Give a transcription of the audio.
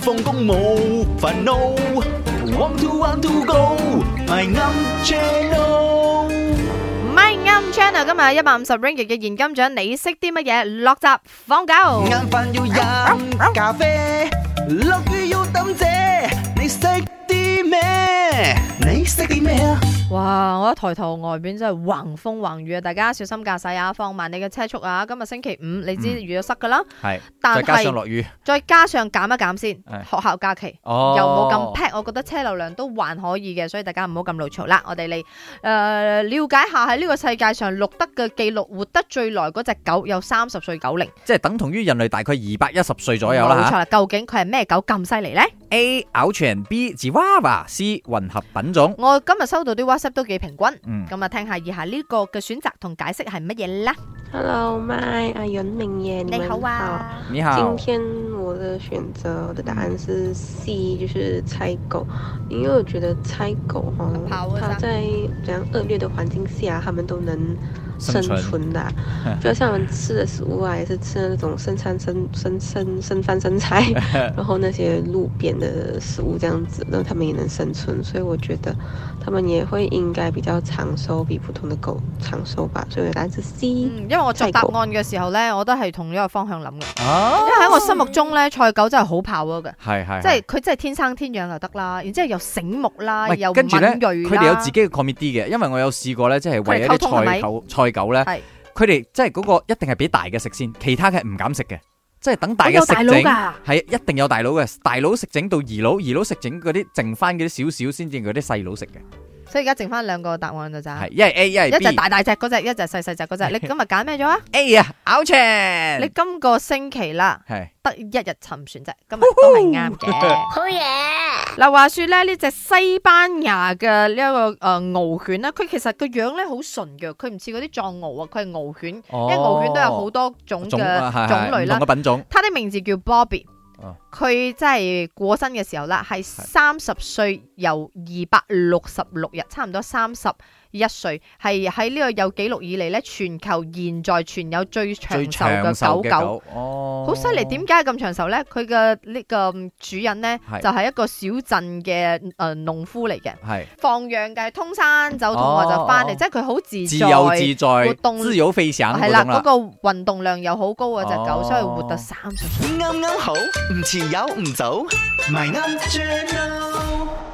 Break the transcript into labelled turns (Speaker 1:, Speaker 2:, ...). Speaker 1: 放工冇煩惱，one two one two go，my channel。
Speaker 2: 唔係啱 channel 今日一百五十 ringgit 嘅現金獎，你識啲乜嘢？落閘放狗。
Speaker 1: 晏飯要飲咖啡，落雨要抌遮，你識啲咩？你識啲咩啊？
Speaker 2: 哇！我一抬頭外邊真係橫風橫雨啊，大家小心駕駛啊，放慢你嘅車速啊！今日星期五，你知預咗塞噶啦，
Speaker 3: 係，
Speaker 2: 但
Speaker 3: 再加上
Speaker 2: 係
Speaker 3: 落雨，
Speaker 2: 再加上減一減先，
Speaker 3: 係
Speaker 2: 學校假期。
Speaker 3: 哦，
Speaker 2: 又冇咁 pack，我覺得車流量都還可以嘅，所以大家唔好咁怒嘈啦。我哋嚟誒了解下喺呢個世界上錄得嘅記錄活得最耐嗰只狗有三十歲九零
Speaker 3: 即係等同於人類大概二百一十歲左右啦
Speaker 2: 冇錯
Speaker 3: 嚇。
Speaker 2: 啦，究竟佢係咩狗咁犀利呢？
Speaker 3: A. 咬全 B. 吉娃娃 C. 混合品種。
Speaker 2: 我今日收到啲 WhatsApp 都幾平均，咁
Speaker 3: 嗯，
Speaker 2: 啊聽下以下呢個嘅選擇同解釋係乜嘢啦。
Speaker 4: Hello，麦啊阿袁明耶，
Speaker 2: 你
Speaker 4: 们
Speaker 2: 好
Speaker 4: 好。
Speaker 2: 啊，
Speaker 3: 你
Speaker 4: 今
Speaker 3: 好，
Speaker 4: 天我的选择，我的答案是 C，就是猜狗，因为我觉得猜狗
Speaker 2: 很怕
Speaker 4: 哦
Speaker 2: 为，啥
Speaker 4: 它在怎样恶劣的环境下，它们都能
Speaker 3: 生
Speaker 4: 生
Speaker 3: 存
Speaker 4: 存 的啊、就像我们吃的食物啊，也是吃的那种生餐生生生生饭生 菜，然后那些路边的食物这样子，那它们也能生存，所以我觉得它们也会应该比较长寿，比普通的狗长寿吧，所以我的答案是 C。
Speaker 2: 嗯，因為我作答
Speaker 4: 細狗
Speaker 2: 案嘅時候呢，我都係同呢個方向諗嘅，
Speaker 3: 啊
Speaker 2: 因，為喺我心目中呢，賽狗真係好 power 嘅。
Speaker 3: 係係，
Speaker 2: 即係佢真係天生天養就得啦，然之後又醒目啦，
Speaker 3: 喂
Speaker 2: 又敏
Speaker 3: 跟住咧，
Speaker 2: 鋭啦。
Speaker 3: 佢哋有自己嘅 committee 嘅，因為我有試過咧，即係為一
Speaker 2: 佢哋溝通係
Speaker 3: 啲
Speaker 2: 咪
Speaker 3: 菜狗菜狗咧
Speaker 2: 係，
Speaker 3: 佢哋即係嗰個一定係俾大嘅食先，其他嘅係唔敢食嘅，即係等大嘅
Speaker 2: 有
Speaker 3: 食
Speaker 2: 大佬
Speaker 3: 整。
Speaker 2: 㗎。
Speaker 3: 係一定有大佬嘅，大佬食整到二佬，二佬食整嗰啲剩翻嗰啲少少，先至嗰啲細佬食嘅。
Speaker 2: 所以而家剩翻兩個答案㗎咋
Speaker 3: 係，。一係 A，一
Speaker 2: 一
Speaker 3: 係
Speaker 2: 隻
Speaker 3: B。
Speaker 2: 大大隻嗰只，一隻細細隻嗰 只。你今日揀咩咗啊？
Speaker 3: A 啊，咬長。
Speaker 2: 你今個星期啦，
Speaker 3: 係
Speaker 2: 得一日沉船啫，今日都係啱嘅。
Speaker 5: 好嘢。
Speaker 2: 嗱，話說咧，呢只西班牙嘅呢一個誒獒犬啊咧，佢其實個樣咧好純嘅，佢唔似嗰啲藏獒啊，佢係獒犬，因
Speaker 3: 哦
Speaker 2: 為獒犬都有好多種嘅種
Speaker 3: 種啊係係
Speaker 2: 類
Speaker 3: 唔
Speaker 2: 啦
Speaker 3: 同。嘅品種。
Speaker 2: 它的名字叫 Bobby
Speaker 3: 哦。
Speaker 2: 佢真係過身嘅時候啦，係三十歲由二百六十六日，差唔多三十一歲，係喺呢個有記錄以嚟咧，全球現在存有最長
Speaker 3: 最
Speaker 2: 壽
Speaker 3: 長
Speaker 2: 嘅狗
Speaker 3: 壽嘅
Speaker 2: 狗。
Speaker 3: 狗，哦，
Speaker 2: 好犀利！點解咁長壽呢？佢嘅呢個嗯主人呢，
Speaker 3: 係
Speaker 2: 就係一個小鎮嘅誒農夫嚟嘅，
Speaker 3: 係
Speaker 2: 放羊嘅，通山走同我就翻嚟，
Speaker 3: 哦
Speaker 2: 即係佢好自
Speaker 3: 自由
Speaker 2: 在
Speaker 3: 自
Speaker 2: 活
Speaker 3: 在、
Speaker 2: 動
Speaker 3: 自由飛翔
Speaker 2: 係
Speaker 3: 嗰
Speaker 2: 啦，
Speaker 3: 種
Speaker 2: 嗰
Speaker 3: 啦。
Speaker 2: 個運動量又好高嘅只狗，
Speaker 3: 哦
Speaker 2: 所以活得三十歲。
Speaker 1: 啱啱好，唔遲有唔早，咪啱 channel。